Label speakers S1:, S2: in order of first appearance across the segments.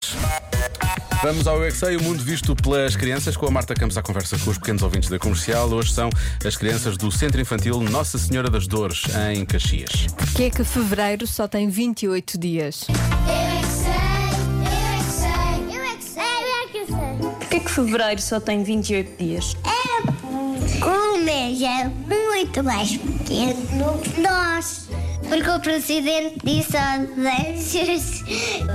S1: Deus. Vamos ao UXA, o mundo visto pelas crianças, com a Marta Campos à conversa com os pequenos ouvintes da comercial. Hoje são as crianças do Centro Infantil Nossa Senhora das Dores, em Caxias.
S2: Porquê é que fevereiro só tem 28 dias?
S3: Porquê que fevereiro só tem 28 dias?
S4: O mês é muito mais pequeno que nós. Porque o presidente disse aos anjos.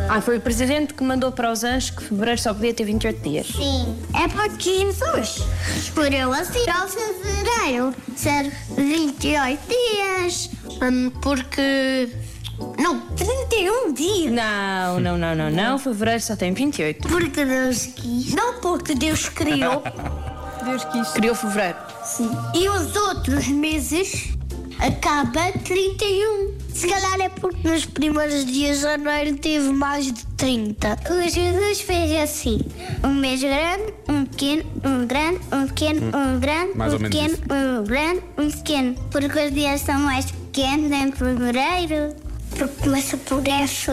S3: Ah, foi o presidente que mandou para os anjos que fevereiro só podia ter 28 dias.
S4: Sim, é porque Jesus escolheu assim ao fevereiro ser 28 dias. Hum, Porque. Não, 31 dias.
S3: Não, não, não, não, não. Fevereiro só tem 28.
S4: Porque Deus quis. Não porque Deus criou.
S2: Deus quis.
S3: Criou fevereiro.
S4: Sim. E os outros meses acaba 31. Se calhar é porque nos primeiros dias de janeiro teve mais de 30. O Jesus fez assim: um mês grande, um pequeno, um grande, um pequeno, um grande,
S1: Hum. Mais
S4: um
S1: ou menos
S4: pequeno,
S1: isso.
S4: um grande, um pequeno. Porque os dias são mais pequenos em fevereiro. Porque começa por F.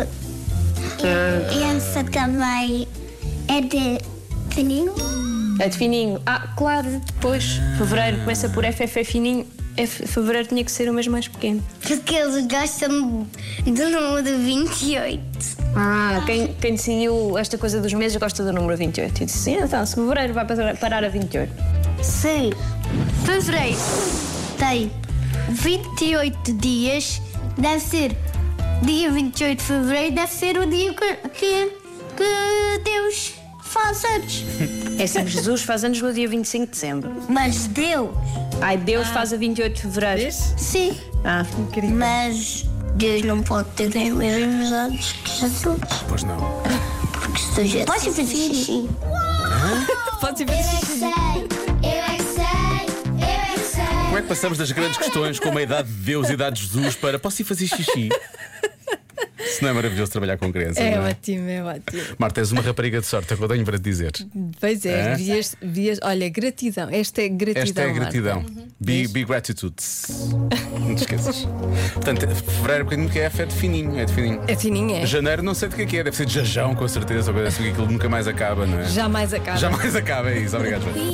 S4: E essa também é de um? fininho.
S3: É de fininho. Ah, claro, depois. Fevereiro começa por FF é fininho. F- fevereiro tinha que ser o mês mais pequeno.
S4: Porque eles gostam do número 28.
S3: Ah, quem, quem decidiu esta coisa dos meses gosta do número 28. E disse, "Sim, então, se fevereiro vai parar- parar a 28.
S4: Sim. Fevereiro tem 28 dias. Deve ser dia 28 de fevereiro, deve ser o dia que, que, que Deus faz anos.
S3: É sempre Jesus faz anos no dia 25 de dezembro.
S4: Mas Deus,
S3: Ai, Deus faz a 28 de fevereiro.
S4: sim.
S3: Ah,
S4: Mas Deus não pode ter os mesmos anos que Jesus. assim.
S1: Pois não.
S4: Porque se Jesus. Pode fazer xixi.
S2: Pode
S4: é
S2: ser.
S1: Como é que passamos das grandes questões como a idade de Deus e a idade de Jesus para posso ir fazer xixi? Se não é maravilhoso trabalhar com crianças,
S2: É
S1: não é?
S2: ótimo, é ótimo.
S1: Marta, és uma rapariga de sorte, é o que eu tenho para te dizer.
S2: Pois é,
S1: É?
S2: vias, vias. Olha, gratidão. Esta é gratidão.
S1: Esta é a
S2: Marta. Uhum.
S1: gratidão. Be, be gratitude. Não te esqueças. Portanto, fevereiro, um bocadinho que é F, é de fininho. É de fininho.
S2: É fininha. é?
S1: Janeiro, não sei de que é que é, deve ser de jajão, com certeza, ou coisa assim, que aquilo nunca mais acaba, não é?
S2: Jamais acaba.
S1: Jamais acaba, é isso. Obrigado, João.